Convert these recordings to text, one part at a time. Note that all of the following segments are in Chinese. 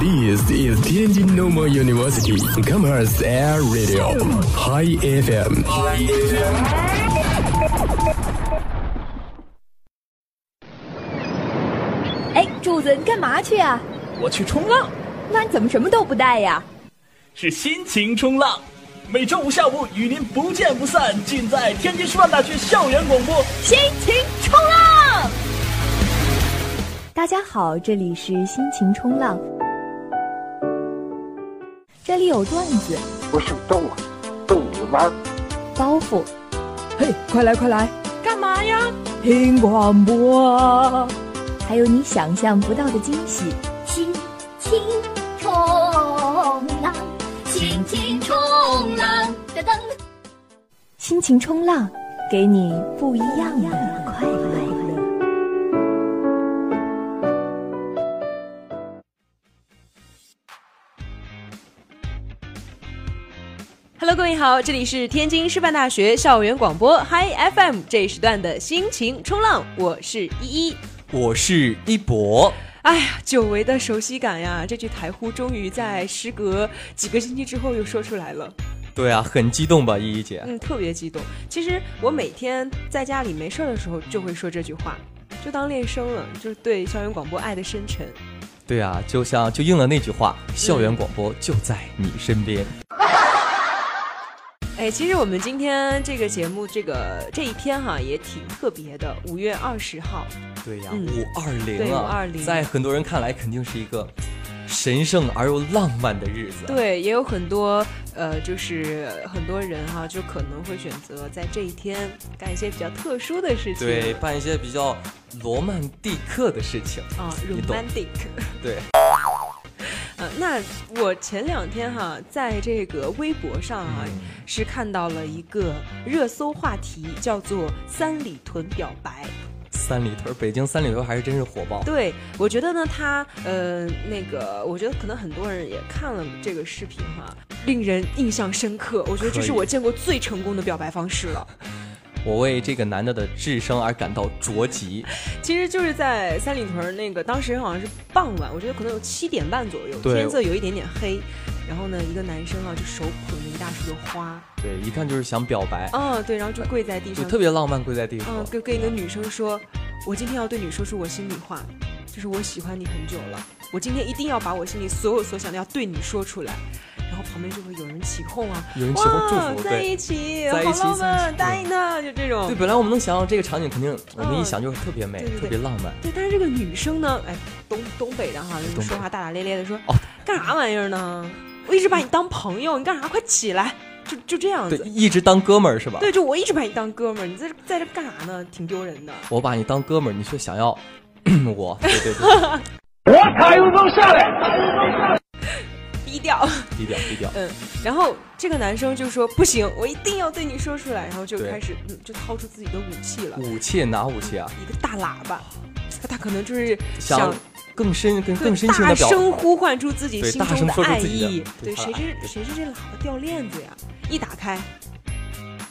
This is Tianjin Normal University Commerce Air Radio High FM。哎，柱子，你干嘛去啊？我去冲浪，那你怎么什么都不带呀？是心情冲浪。每周五下午与您不见不散，尽在天津师范大学校园广播。心情冲浪。大家好，这里是心情冲浪，这里有段子、不是动啊，动你妈！包袱、嘿，快来快来，干嘛呀？听广播！还有你想象不到的惊喜。心情冲浪，心情冲浪，噔噔。心情冲浪，给你不一样的快乐。 Hello，各位好，这里是天津师范大学校园广播 Hi FM 这一时段的心情冲浪，我是依依。我是一博，哎呀，久违的熟悉感呀！这句台呼终于在时隔几个星期之后又说出来了，对啊，很激动吧，依依姐？嗯，特别激动。其实我每天在家里没事儿的时候就会说这句话，就当练声了，就是对校园广播爱的深沉。对啊，就像就应了那句话，嗯校园广播就在你身边。哎，其实我们今天这个节目，这个这一篇哈也挺特别的，五月二十号，对呀、嗯五二对零啊， 520在很多人看来肯定是一个神圣而又浪漫的日子。，啊对，也有很多呃，就是很多人哈、就可能会选择在这一天干一些比较特殊的事情，对，办一些比较罗曼蒂克的事情。啊你懂，romantic。对，呃，那我前两天哈、在这个微博上啊，嗯是看到了一个热搜话题，叫做“三里屯表白”。三里屯，北京三里屯还是真是火爆。对，我觉得呢，他呃，那个，我觉得可能很多人也看了这个视频哈，令人印象深刻。我觉得这可是以我见过最成功的表白方式了。我为这个男的的智商而感到着急。其实就是在三里屯儿那个，当时好像是傍晚，我觉得可能有七点半左右，对天色有一点点黑。然后呢，一个男生啊，就手捧着一大束的花，对，一看就是想表白，嗯，对，然后就跪在地就上，特别浪漫，跪在地上。嗯，跟跟一个女生说，我今天要对你说出我心里话，就是我喜欢你很久了，我今天一定要把我心里所有所想的要对你说出来。然后旁边就会有人起哄啊，有人起哄祝哇福，在对。一起，在一起好浪在一漫，起答应他，就这种对，。本来我们能想象这个场景，肯定我们嗯一想就是特别哦美，对对对特别浪漫。对，但是这个女生呢，哎，东东北的哈，就东是北说话大大咧咧的说，哦干啥玩意儿呢？我一直把你当朋友，你干啥？快起来！就就这样对，子。一直当哥们儿是吧？对，就我一直把你当哥们儿，你在这在这干啥呢？挺丢人的。我把你当哥们儿，你却想 要嗯我，对对对，低调。 低调低调。嗯，然后这个男生就说不行，我一定要对你说出来，然后就对开始嗯，就掏出自己的武器了，武器哪武器啊？一个大喇叭，他可能就是想更深、对更更深情大的表声呼唤出自己对心大中声的说出爱自己的意，对，对他谁的爱知对谁知这喇叭掉链子呀？一打开，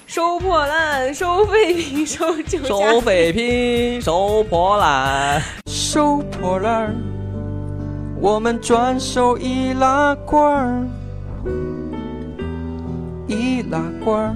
收破烂，收废品，收酒家，收匪拼，收破 烂。收破烂儿，我们转手易拉罐儿，易拉罐儿，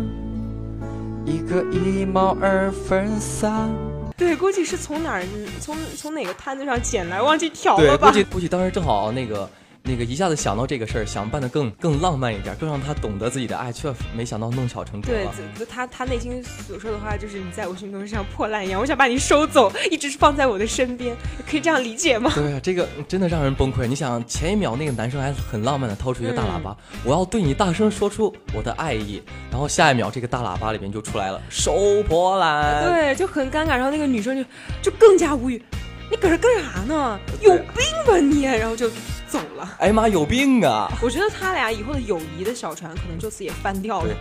一个一毛二分三。对，估计是从哪儿从从哪个摊子上捡来忘记调对，了估吧？计估计当时正好那个那个一下子想到这个事儿，想办的更更浪漫一点，更让他懂得自己的爱，却没想到弄巧成拙对了。，就他他内心所说的话就是你在我心中像破烂一样，我想把你收走，一直放在我的身边，可以这样理解吗？对啊，这个真的让人崩溃。你想，前一秒那个男生还很浪漫的掏出一个大喇叭，嗯我要对你大声说出我的爱意，然后下一秒这个大喇叭里面就出来了收破烂。对，就很尴尬。然后那个女生就就更加无语，你搁这干啥呢？有病吧你？然后就走了。哎妈，有病啊！我觉得他俩以后的友谊的小船可能就此也翻掉了对，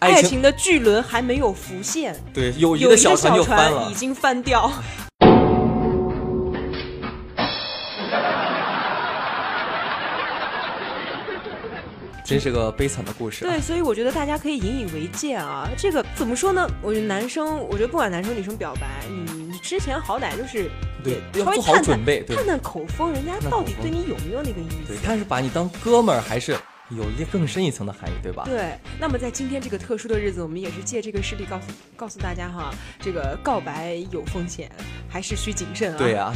爱爱情的巨轮还没有浮现，对，友友谊谊的的小船就翻船了啊已。经翻 掉。真是个悲惨的故事、啊。对，所以我觉得大家可以引以为戒啊。这个怎么说呢？我觉得男生，我觉得不管男生女生表白，你你之前好歹就是对也要稍微做好探准探备对探探口风，人家探到口底风对你有没有那个意思对，？看是把你当哥们儿，还是有更深一层的含义，对吧？对，啊那么在今天这个特殊的日子，我们也是借这个事例告诉告诉大家哈，这个告白有风险，还是需谨慎啊。对啊，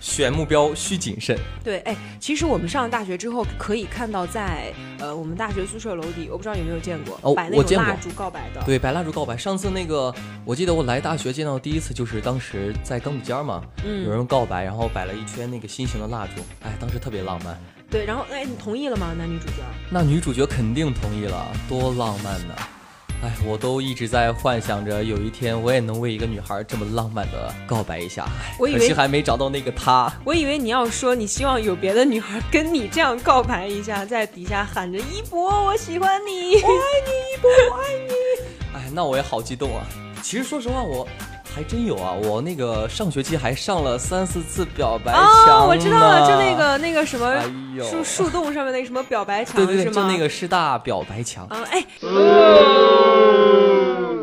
选目标需谨慎。对，哎，其实我们上了大学之后，可以看到在呃我们大学宿舍楼底，我不知道有没有见过、哦摆我那种见过蜡烛告白的。对，白蜡烛告白。上次那个，我记得我来大学见到第一次就是当时在钢笔尖儿嘛，嗯有人告白，然后摆了一圈那个心形的蜡烛，哎，当时特别浪漫。对，然后哎，你同意了吗？男女主角？那女主角肯定同意了，多浪漫呐！哎，我都一直在幻想着有一天我也能为一个女孩这么浪漫的告白一下，哎我以为可惜还没找到那个她。我以为你要说你希望有别的女孩跟你这样告白一下，在底下喊着一博，我喜欢你，我爱你，一博，我爱你。哎，那我也好激动啊！其实说实话，我还真有啊，我那个上学期还上了三四次表白墙、 哦，我知道了，就那。个那个什么哎呦树树洞上面那个什么表白墙对对是吗？对，就那个师大表白墙，啊， 哎，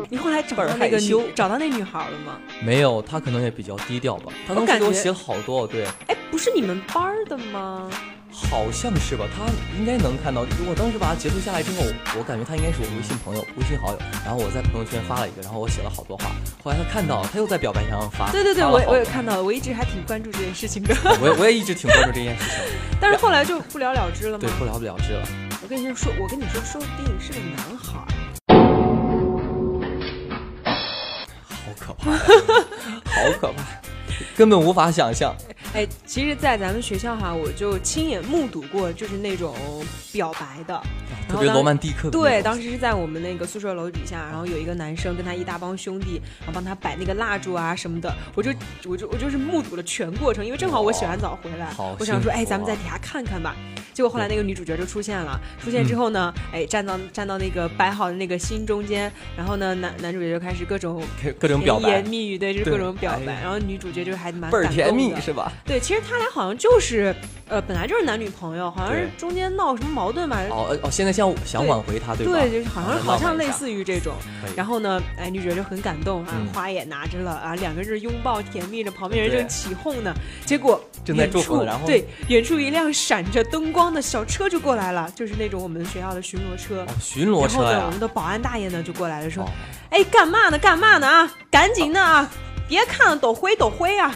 你后来找到那倍儿个害羞女找到那女孩了吗？没有，他可能也比较低调吧。他当时感给我觉写了好多，对，哎，不是你们班儿的吗？好像是吧，他应该能看到。我当时把他截图下来之后，我感觉他应该是我微信朋友、微信好友。然后我在朋友圈发了一个，然后我写了好多话。后来他看到，他又在表白墙上发。对对对，发了我好我也多看到了，我一直还挺关注这件事情的， 我也我也一直挺关注这件事情，但是后来就不了了之了对嘛。，不了不了之了。我跟你说，我跟你说，说不定是个男孩儿。好可怕呀，好可怕，根本无法想象。哎，其实，在咱们学校哈，我就亲眼目睹过，就是那种表白的，然啊特后别当罗曼蒂克的那种。对，当时是在我们那个宿舍楼底下，然后有一个男生跟他一大帮兄弟，然后帮他摆那个蜡烛啊什么的，我就我就我就是目睹了全过程，因为正好我洗完澡回来，好我想幸说，福哎，啊咱们在底下看看吧。结果后来那个女主角就出现了，出嗯现之后呢，哎，站到站到那个摆好的那个心中间，然后呢，男男主角就开始各种各各种表甜白言，蜜语，对，就是对各种表哎白，然后女主角就还蛮倍儿感甜动蜜的是吧？对，其实他俩好像就是，呃，本来就是男女朋友，好像是对中间闹什么矛盾吧。哦呃哦，现在想想挽回他，对吧？就是好像然后好像浪漫一类下似于这种可以。然后呢，哎，女主角就很感动啊嗯，花也拿着了啊，两个人是拥抱甜蜜着，旁边人对正起哄呢。结果正在远祝福呢处然后对远处一辆闪着灯光的小车就过来了，就是那种我们学校的巡逻车哦。巡然逻后车呢，我呀们。的保安大爷呢就过来了，说哦：“哎，干嘛呢？干嘛呢啊？赶紧的啊！别看了，抖灰抖灰啊！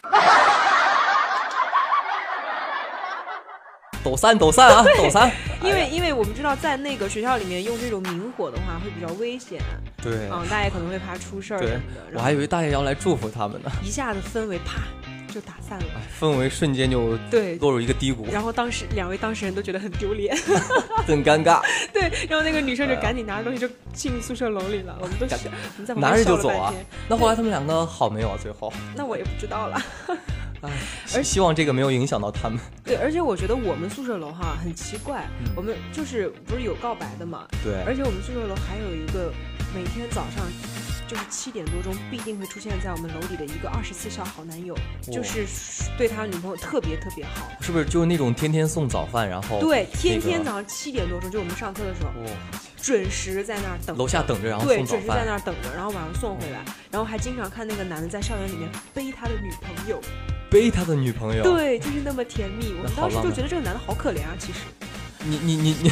抖散抖散啊，抖散！因为因为我们知道，在那个学校里面用这种明火的话会比较危险，对嗯，大家可能会怕出事儿什对么的。，我然后还以为大爷要来祝福他们呢，一下子氛围啪就打散了。氛围瞬间就对落入一个低谷，然后当时两位当事人都觉得很丢脸， 很尴尬，对，然后那个女哎生就赶紧拿着东西就进宿舍楼里了，我们都是我们在旁边拿着就笑了走半啊天。那后来他们两个好没有啊？最后，那我也不知道 了。哎，希希望这个没有影响到他们。对，而且我觉得我们宿舍楼哈很奇怪，我们就是不是有告白的嘛，嗯对而且我们宿舍楼还有一个每天早上。就是七点多钟必定会出现在我们楼里的一个二十四孝好男友，就是对他女朋友特别特别好，是不是就是那种天天送早饭，然后对，天那个天早上七点多钟，就我们上课的时候，哇，准时在那儿等着，楼下等着，然后对，送早准时在那饭，儿等着，然后晚上送回来，然后还经常看那个男的在校园里面背他的女朋友，背他的女朋友。，对，就是那么甜蜜。我们啊好当时浪就漫觉得这个男的好可怜啊，其实你你你 你，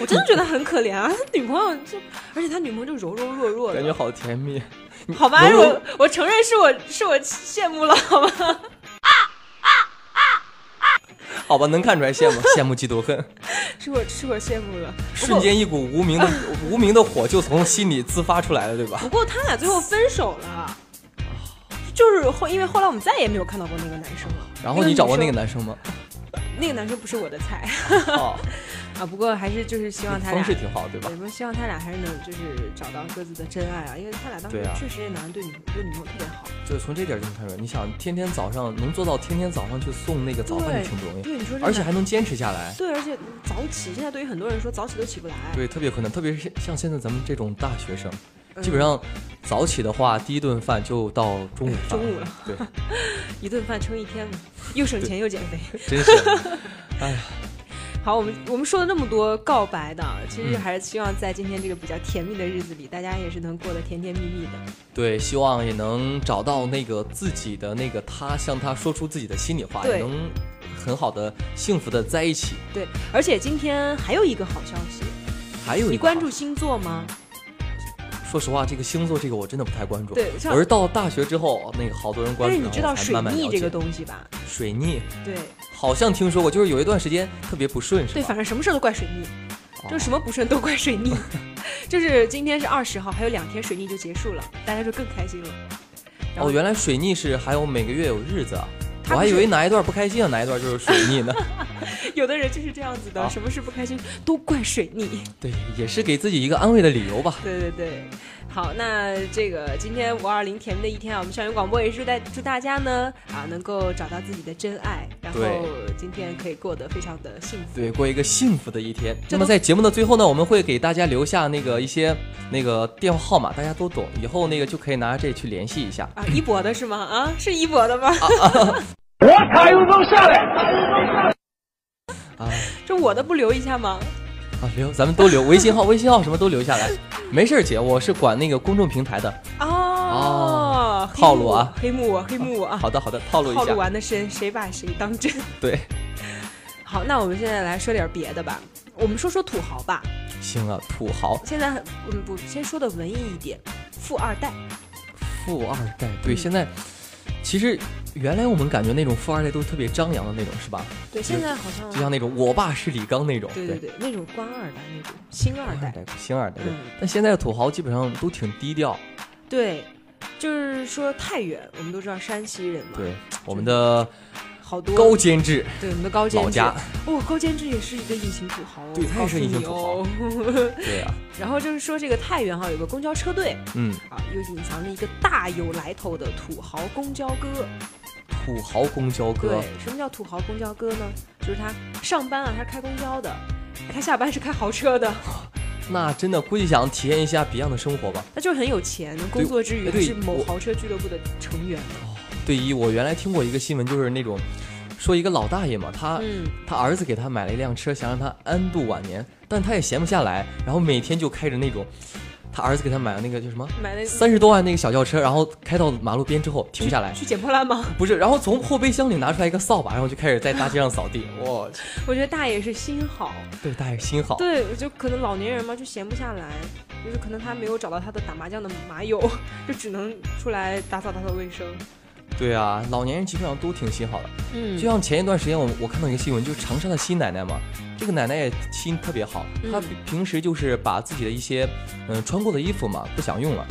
我真的觉得很可怜啊， 他女朋友就，而且他女朋友就柔柔弱弱感觉的。好 甜蜜。你好吧，柔柔我我承认是我是我羡慕了，好吗？好吧，能看出来 羡慕，羡慕嫉妒恨，是我是我羡慕了。不瞬过间一股无名的无名的火就从心里自发出来了，对吧不？过他俩最后分手了，就是后因为后来我们再也没有看到过那个男生了。然后你找过那个女男 生吗？生，那个男生不是我的菜 哦，啊。不过还是就是希望他俩方式挺好，对吧对，？不希望他俩还是能就是找到各自的真爱啊，因为他俩当时对啊确实那男的对女、对女朋友特别好，就从这点就能看出来，你想天天早上能做到天天早上去送那个早饭对就挺不容易，对，你说这而且男还能坚持下来。对，而且早起，现在对于很多人说早起都起不来，对，特别困难，特别是像现在咱们这种大学生，嗯基本上早起的话，第一顿饭就到中午哎饭。中午了，对，一顿饭撑一天嘛，又省钱又减肥。 真是，哎呀，好，我们我们说了那么多告白的，其嗯实还是希望在今天这个比较甜蜜的日子里，大家也是能过得甜甜蜜蜜的。对，希望也能找到那个自己的那个他，向他说出自己的心里话，也对能很好的、幸福的在一起。对，而且今天还有一个好消息，还有一个你关注星座吗？说实话，这个星座这个我真的不太关注。对像我是到大学之后，那个好多人关但注，是你知道水逆这个东东西吧？水逆，对好像听说过，就是有一段时间特别不顺，是吧？对，反正什么事儿都怪水逆。哦就是什么不顺都怪水 逆。就是今天是二十号，还有两天水逆就结束了，大家就更开心了。然后哦，原来水逆是还有每个月有日子啊，它我还不是以为哪一段不开心啊，哪一段就是水 逆呢。有的人就是这样子的，啊什么事不开心都怪水逆。对，也是给自己一个安慰的理由吧。对对对，好，那这个今天五二零甜蜜的一天啊，我们校园广播也是在祝大家呢啊能够找到自己的真爱，然后对今天可以过得非常的幸福。对，过一个幸福的一天。这都那么在节目的最后呢，我们会给大家留下那个一些那个电话号码，大家都懂，以后那个就可以拿这去联系一下。啊，一博的是吗？啊，是一博的吗？啊这我的不留一下吗？啊，留咱们都留微信号，微信号什么都留下来。没事儿，姐，我是管那个公众平台的。哦哦，黑套路幕啊黑幕我，黑幕我啊，好的，好的，套路一套路啊下。玩的深，谁把谁当真？对，啊好，那我们现在来说点别的吧。我们说说土豪吧。行啊，土豪现在很嗯不，先说的文艺一点，富二代。富二代，嗯对，现在其实原来我们感觉那种富二代都特别张扬的那种，是吧？对，现在好像就像那种我爸是李刚那种，嗯对对对，那种官二代那种星二代，代，星二代。对嗯但现在的土豪基本上都挺低调。对，就是说太原，我们都知道山西人嘛，对，我们的好多高监制，对我们的高监老制家哦，高监制也是一个隐形土豪哦，对他告也是诉隐形你土哦。对啊，然后就是说这个太原哈有个公交车队嗯，啊，又隐藏着一个大有来头的土豪公交哥。土豪公交哥对，，什么叫土豪公交哥呢？就是他上班啊，他是开公交的，他下班是开豪车的，那真的估计想体验一下别样的生活吧。他就是很有钱。工作之余哎他对是某我豪车俱乐部的成员。对于我原来听过一个新闻，就是那种说一个老大爷嘛，他、嗯，他儿子给他买了一辆车，想让他安度晚年，但他也闲不下来，然后每天就开着那种。他儿子给他买了那个叫什么买了三十多万那个小轿车，然后开到马路边之后停下来，去捡破烂吗？ 不是，然后从后备箱里拿出来一个扫把，然后就开始在大街上扫地。 我去，我觉得大爷是心好，对，大爷心好。对，我就可能老年人嘛，就闲不下来，就是可能他没有找到他的打麻将的麻友，就只能出来打扫打扫卫生。对啊，老年人基本上都挺心好的。嗯就像前一段时间我我看到一个新闻，就是长沙的新奶奶嘛，这个奶奶也心特别好，她嗯平时就是把自己的一些嗯、呃穿过的衣服嘛不想用了，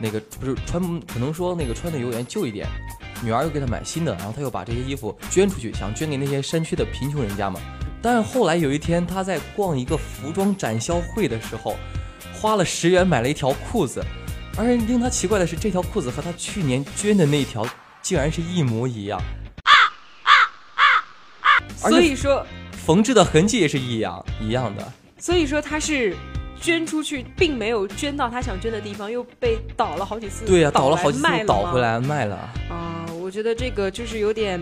那个不是穿可能说那个穿的有点旧一点，女儿又给她买新的，然后她又把这些衣服捐出去，想捐给那些山区的贫穷人家嘛。但是后来有一天，她在逛一个服装展销会的时候，花了十元买了一条裤子，而令她奇怪的是，这条裤子和她去年捐的那一条竟然是一模一样。而且所以说，缝制的痕迹也是一样一样的。所以说他是捐出去，并没有捐到他想捐的地方，又被倒了好几次。对呀、倒了了好几次卖了，倒回。来卖了。啊、我觉得这个就是有点，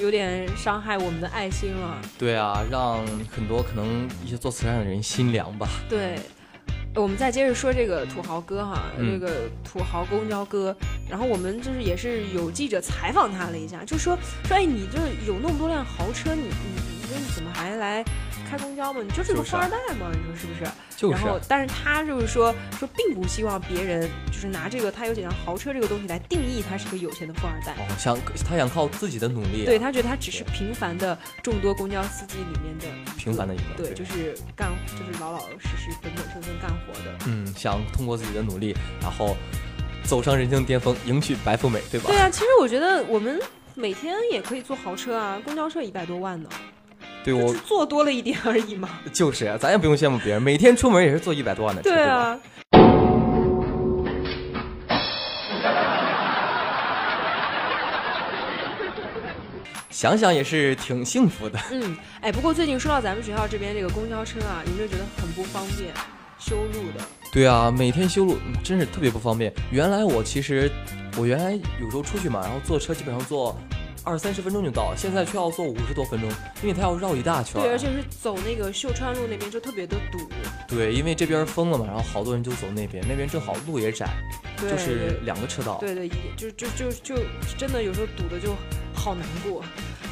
有点伤害我们的爱心了。对啊，让很多可能一些做慈善的人心凉吧。对，我们再接着说这个土豪哥哈，嗯这个土豪公交哥，然后我们就是也是有记者采访他了一下，就说说哎，你这有那么多辆豪车，你你你这你怎么还来开公交嘛？你就是个就是富啊二代嘛，你说是不是？就是啊然后，但是他就是说说，并不希望别人就是拿这个他有几辆豪车这个东西来定义他是个有钱的富二代。哦，想他想靠自己的努力、啊对，他觉得他只是对平凡的众多公交司机里面的一平凡的一个对，对就是干，就是老老实实、本本分分干活的。嗯，想通过自己的努力，然后走上人生巅峰，迎娶白富美，对吧？对啊，其实我觉得我们每天也可以坐豪车啊，公交车一百多万呢，对就我是坐多了一点而已嘛。就是，啊咱也不用羡慕别人，每天出门 也是坐一百多万的车，对吧？啊，想想也是挺幸福的。嗯，哎，不过最近说到咱们学校这边这个公交车啊，有没有觉得很不方便？修路的，对啊，每天修路嗯真是特别不方便。原来我其实，我原来有时候出去嘛，然后坐车基本上坐二三十分钟就到了，现在却要坐五十多分钟，因为它要绕一大圈儿。对，而且是走那个秀川路那边就特别的堵，对，因为这边封了嘛，然后好多人就走那边，那边正好路也窄，对就是两个车道。对对，一就就就就真的有时候堵的就好难过。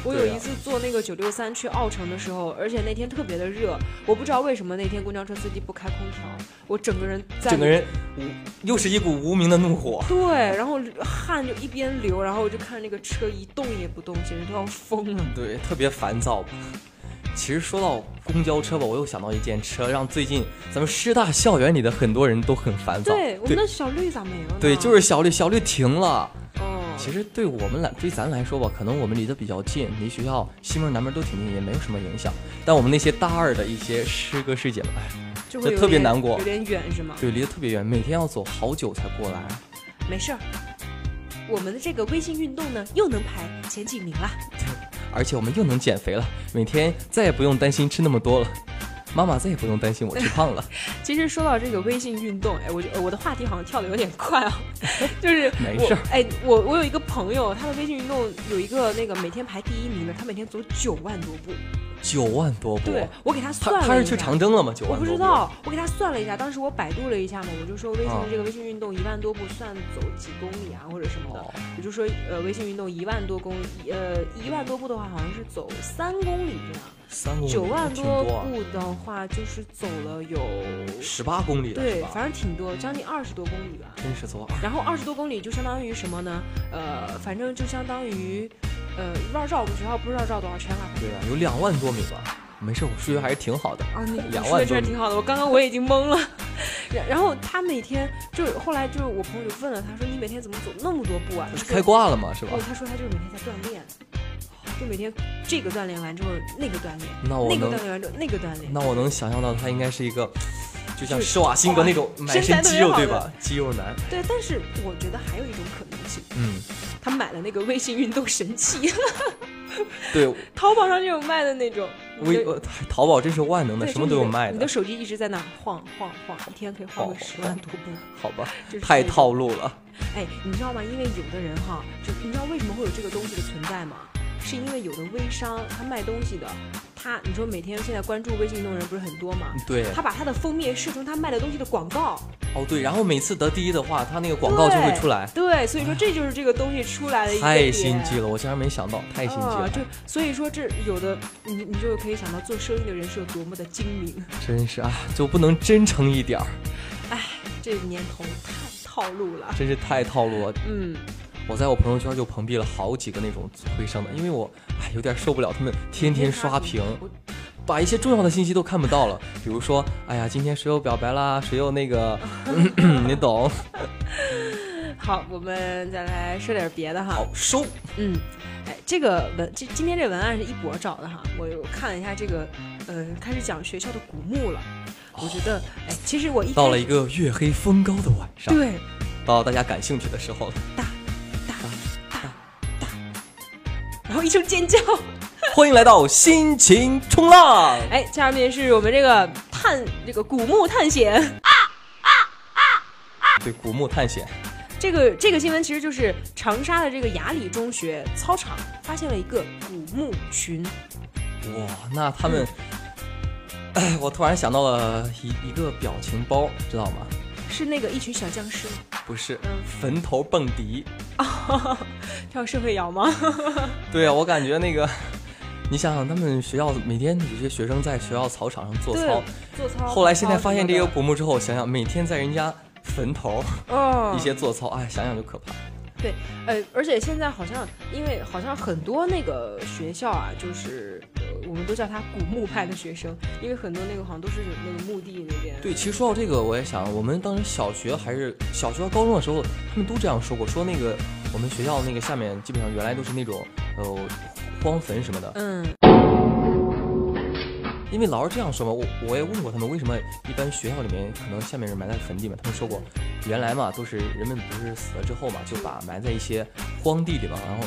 我有对啊一次坐那个九六三去奥城的时候，而且那天特别的热，我不知道为什么那天公交车司机不开空调，我整个人在整个人无又是一股无名的怒火。对，然后汗就一边流，然后我就看那个车一动也不动，简直都要疯了。对，特别烦躁。其实说到公交车吧，我又想到一件车，让最近咱们师大校园里的很多人都很烦躁。对，我们的小绿咋没了呢？对，就是小绿，小绿停了。哦，其实对我们来，对咱来说吧，可能我们离得比较近，离学校西门南门都挺近，也没有什么影响。但我们那些大二的一些师哥师姐们，哎，就会有这特别点难过有点远是吗？对，离得特别远，每天要走好久才过来。没事儿，我们的这个微信运动呢，又能排前几名啦。而且我们又能减肥了，每天再也不用担心吃那么多了，妈妈再也不用担心我吃胖 了。其实说到这个微信运动，哎，我就我的话题好像跳的有点快啊， 就是 没我事儿哎，我我有一个朋友，他的微信运动有一个那个每天排第一名的，他每天走九万多步。九万多步，对，我给他算他了他是一去下长征了吗？九我万多不步。知道，我给他算了一下，当时我百度了一下嘛，我就说微信啊的这个微信运动一万多步算走几公里啊，或者什么的哦，也就说呃微信运动一万多公里，呃一万多步的话好像是走三公里这样，三公里，九万嗯挺多啊，步的话就是走了有十八公里了是对，吧？反正挺多，将近二十多公里吧。真是走二啊然后二十多公里就相当于什么呢？呃，反正就相当于呃绕绕我们学校不知道绕多少圈了。对啊，有两万多米吧。没事，我数学还是挺好的。啊，你你两说万的确多实米挺好的，我刚刚我已经懵了。然然后他每天就是后来就是我朋友就问了，他说你每天怎么走那么多步啊？是开挂了嘛，是吧哦，？他说他就是每天在锻炼，就每天这个锻炼完之后那个锻炼，那我那个能锻炼完之后那个锻炼。那我能想象到他应该是一个，就像就是施瓦辛格那种哇满身材身特肌别肉，好对的吧？肌肉男，对，但是我觉得还有一种可能性，嗯，他买了那个微信运动神器， 对，淘宝上就有卖的那种。你微就呃淘宝真是万能的，对什么就都有你的卖你的的，手机一直在那晃晃晃，一天可以晃晃个十万多步。好吧就是？太那套种路了，哎，你知道吗？因为有的人哈，就你知道为什么会有这个东西的存在吗？是因为有的微商他卖东西的，他你说每天现在关注微信运动人不是很多吗？对。他把他的封面设成他卖的东西的广告，哦对，然后每次得第一的话，他那个广告就会对出来，对，所以说这就是这个东西出来的一个太点心机了，我竟然没想到，太心机啊！了，就所以说哎这有的你你就可以想到做生意的人是有多么的精明，真是啊，就不能真诚一点儿，哎，这年头太套路了。真是太套路了。嗯，我在我朋友圈就屏蔽了好几个那种推商的，因为我哎有点受不了他们天天刷屏，我把一些重要的信息都看不到了。比如说，哎呀，今天谁又表白啦，谁又那 个，嗯嗯你懂。好，我们再来说点别的哈。好收，嗯，哎，这个文这今天这文案是一博找的哈，我我看了一下这个，呃，开始讲学校的古墓了。我觉得，哎，其实我一开哦到了始一个月黑风高的晚上，对到大家感兴趣的时候了，大大大大，然后一声尖叫，欢迎来到心情冲浪。哎，下面是我们这个探这个古墓探险。对，古墓探险，这个这个新闻其实就是长沙的这个雅礼中学操场发现了一个古墓群，哇，那他们，嗯哎，我突然想到了一一个表情包，知道吗？是那个一群小僵尸 不是嗯，坟头蹦迪。吗？跳社会摇吗？对啊，我感觉那个， 你想想，他们学校每天有些学生在学校操场上 做对操，，做操。后来现在做操发现啊什么这个的古墓之后，想想每天在人家坟头嗯一些做操，哎，想想就可怕。对，呃，而且现在好像，因为好像很多那个学校啊，就是、呃、我们都叫它古墓派的学生，因为很多那个好像都是那个墓地那边。对，其实说到这个，我也想，我们当时小学还是小学、高中的时候，他们都这样说过，说那个我们学校那个下面基本上原来都是那种呃荒坟什么的，嗯，因为老是这样说嘛，我我也问过他们为什么一般学校里面可能下面是埋在坟地嘛，他们说过，原来嘛都是人们不是死了之后嘛，就把埋在一些荒地里嘛，然后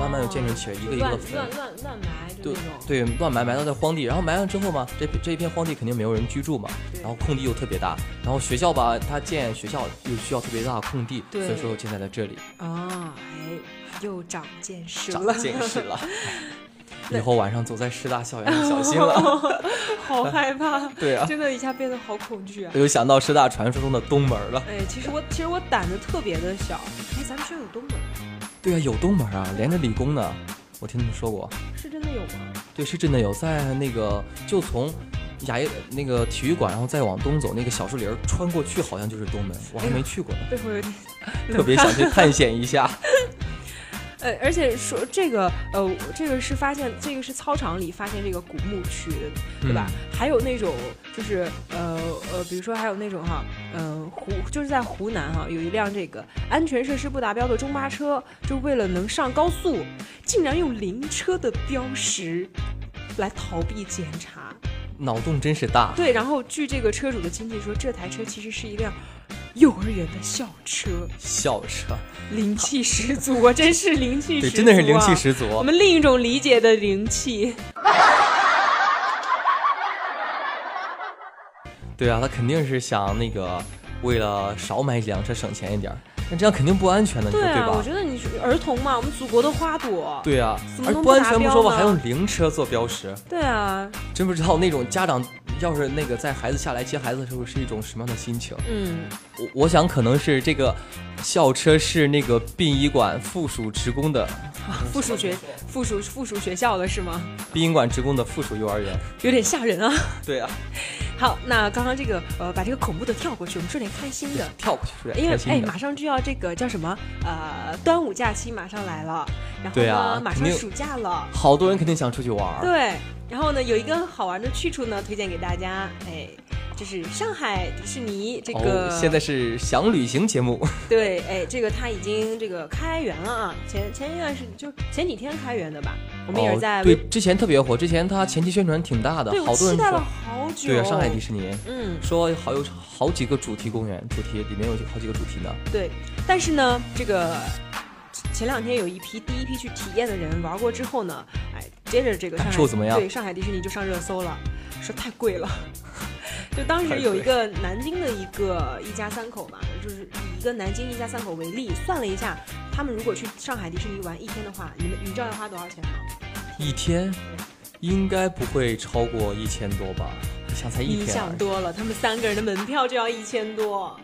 慢慢又建立起来一就个一乱个坟乱，乱乱埋，就对那种。对，乱埋埋到在荒地，然后埋完之后嘛，这这一片荒地肯定没有人居住嘛，对然后空地又特别大，然后学校吧，它建学校又需要特别大的空地，所对以说又建在了这里。啊，哎，又长见识 长了，见识了。以后晚上走在师大校园要小心 了。好害怕，对啊，真的一下变得好恐惧啊我！又想到师大传说中的东门了。哎，其实我其实我胆子特别的小。哎，咱们学校有东门，对啊，有东门啊，连着理工呢。我听他们说过，是真的有 吗？对，是真的有，在那个就从雅一那个体育馆，然后再往东走那个小树林儿穿过去，好像就是东门，我哎还没去过呢，背后有点特别想去探险一下。呃，而且说这个，呃，这个是发现，这个是操场里发现这个古墓区的，对嗯吧？还有那种就是，呃呃，比如说还有那种哈，嗯、湖就是在湖南哈，有一辆这个安全设施不达标的中巴车，就为了能上高速，竟然用灵车的标识来逃避检查。脑洞真是大，对，然后据这个车主的亲戚说，这台车其实是一辆幼儿园的校车，校车，灵气十足啊！真是灵气 对，十足、啊，真的是灵气十我足。们另一种理解的灵气，对啊，他肯定是想那个为了少买几辆车省钱一点儿，那这样肯定不安全的，你说对啊，我吧？觉得你是儿童嘛，我们祖国的花朵，对啊怎，么而能不安全不达说吧，标呢还用灵车做标识，对啊，真不知道那种家长要是那个在孩子下来接孩子的时候是一种什么样的心情。嗯，我我想可能是这个校车是那个殡仪馆附属职工的附属学附属附属学校的是吗？殡仪馆职工的附属幼儿园。有点吓人啊。 对啊，好，那刚刚这个呃，把这个恐怖的跳过去，我们说点开心的。跳过去是因点为开心哎，的马。上就要这个叫什么呃，端午假期马上来了，然后对呢，啊马肯上定暑假了，好多人肯定想出去玩儿，对，然后呢，有一个好玩的去处呢，推荐给大家，哎，就是上海迪士尼这个、哦，现在是想旅行节目，对，哎，这个它已经这个开园了啊，前前一段是就前几天开园的吧，我们也是在哦微、对之前特别火，之前它前期宣传挺大的对，我好多期人待了说，好久，对啊，上海迪士尼嗯。说好有好几个主题公园，主题里面有好几个主题呢，对，但是呢，这个前两天有一批第一批去体验的人玩过之后呢，哎，接着这个上海感受怎么样对，上海迪士尼就上热搜了，说太贵了。 就当时有一个南京的一个一家三口嘛，就是以一个南京一家三口为例，算了一下，他们如果去上海迪士尼玩一天的话，你们你知道要花多少钱吗？一天应该不会超过一千多吧？你想才一你天想而已，多了，他们三个人的门票就要一千多。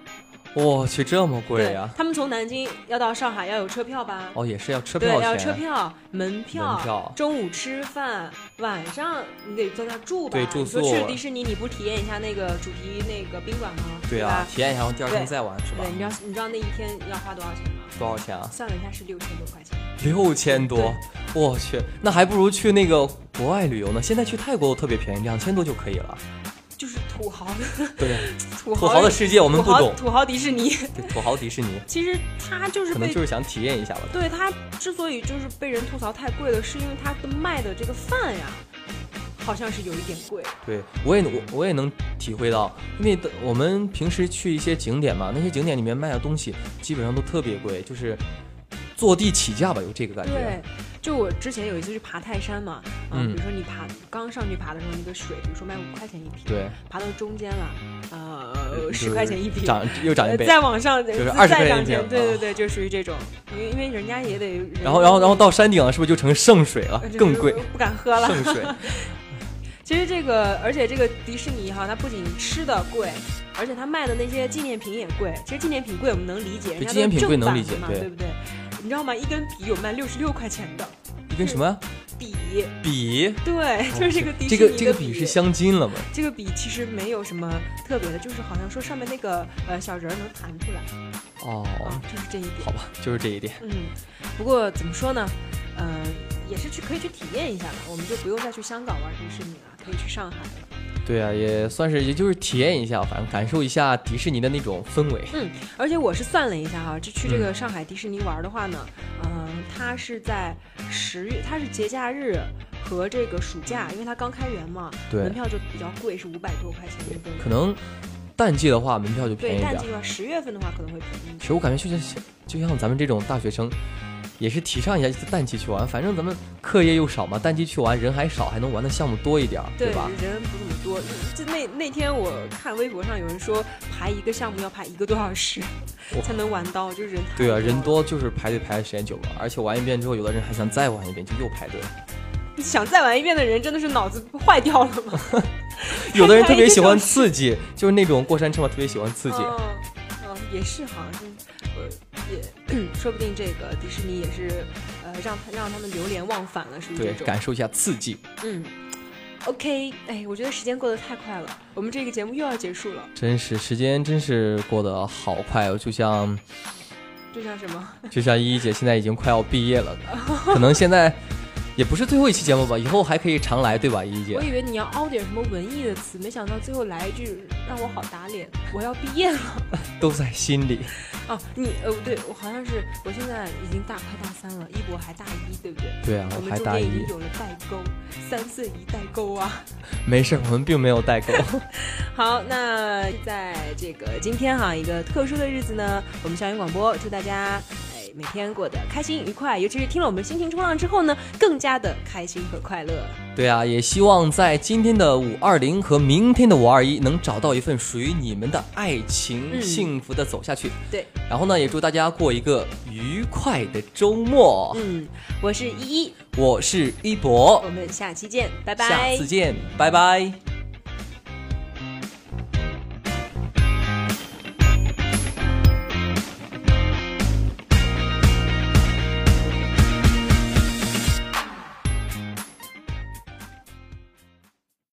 我去这么贵对呀、他们从南京要到上海要有车票吧？哦，也是要车对，票要钱，车票、门票、门票中午吃饭，晚上你得在那住吧？对住宿你说去迪士尼，你不体验一下那个主题那个宾馆吗？对啊吧，？体验一下，然后第二天对再玩是吧嗯对，？你知道你知道那一天要花多少钱吗？多少钱啊？算了一下是六千多块钱。六千多，我去，那还不如去那个国外旅游呢。现在去泰国特别便宜，两千多就可以了。就是土豪的对，土土豪的世界我们不土豪懂，土豪迪士尼，对土豪迪士尼其实它就是可能被就是想体验一下吧。对它之所以就是被人吐槽太贵了，是因为它的卖的这个饭呀，好像是有一点贵。对，我也我我也能体会到，因为的我们平时去一些景点嘛，那些景点里面卖的东西基本上都特别贵，就是坐地起价吧，有这个感觉对。，就我之前有一次去爬泰山嘛，啊嗯比如说你爬刚上去爬的时候，那个水，比如说卖五块钱一瓶，对，爬到中间了，呃，就是十块钱一瓶，涨又涨一呃倍。再往上就是再20块钱涨一瓶钱对对啊对，就属于这种，因为因为人家也得，然后然后然后到山顶了，是不是就成圣水了呃就？更是贵，不敢喝了。圣 水。其实这个，而且这个迪士尼哈，它不仅吃的贵，而且它卖的那些纪念品也贵。其实纪念品贵我们能理解，人家纪念都是品正贵版能的理解嘛，对对不对？你知道吗？一根笔有卖六十六块钱的一根什么笔。笔？对，就是这个迪士尼的哦这个这个笔是镶金了吗？这个笔其实没有什么特别的，就是好像说上面那个呃小人儿能弹出来哦，啊，就是这一点。好吧，就是这一点。嗯，不过怎么说呢，呃，也是去可以去体验一下吧，我们就不用再去香港玩迪士尼了，可以去上海了。对啊，也算是也就是体验一下，反正感受一下迪士尼的那种氛围。嗯，而且我是算了一下啊，这去这个嗯上海迪士尼玩的话呢，嗯、它是在十月，它是节假日和这个暑假，因为它刚开园嘛，对门票就比较贵，是五百多块钱一个人。可能淡季的话，门票就便宜对点淡儿季。的话，十月份的话可能会便宜一点其。实我感觉就像就像咱们这种大学生，也是提倡一下淡季去玩，反正咱们课业又少嘛，淡季去玩人还少，还能玩的项目多一点儿，对吧？人不怎么多。就那那天我看微博上有人说排一个项目要排一个多小时才能玩到，就是人对啊，人多。多就是排队排的时间久了，而且玩一遍之后，有的人还想再玩一遍，就又 排队。想再玩一遍的人真的是脑子坏掉了吗？ 有的人特别喜欢刺激，就是那种过山车嘛，特别喜欢刺激。哦，哦也是，好像是，呃，也 说不定这个迪士尼也是，呃，让他让他们流连忘返了，是不是对这，种？感受一下刺激，嗯，OK，哎，我觉得时间过得太快了，我们这个节目又要结束了，真是时间真是过得好快哦，就像就像什么？就像依依姐现在已经快要毕业了，可能现在也不是最后一期节目吧，以后还可以常来，对吧，依依姐 我？以为你要凹点什么文艺的词，没想到最后来一句让我好打脸，我要毕业了。都在心里。 哦，你呃，对我好像是，我现在已经大快大三了，一博还大一，对不对？对啊，我我们还中大间一已，经有了代沟，三岁一代沟啊。没事儿，我们并没有代沟。 好，那在这个今天哈一个特殊的日子呢，我们校园广播祝大家哎每天过得开心愉快，尤其是听了我们心情冲浪之后呢，更加的开心和快乐。对啊，也希望在今天的五二零和明天的五二一能找到一份属于你们的爱情，嗯幸福的走下去。对，然后呢，也祝大家过一个愉快的周末。嗯，我是依依，我是一博我，们下期见，拜拜。下次见，拜拜。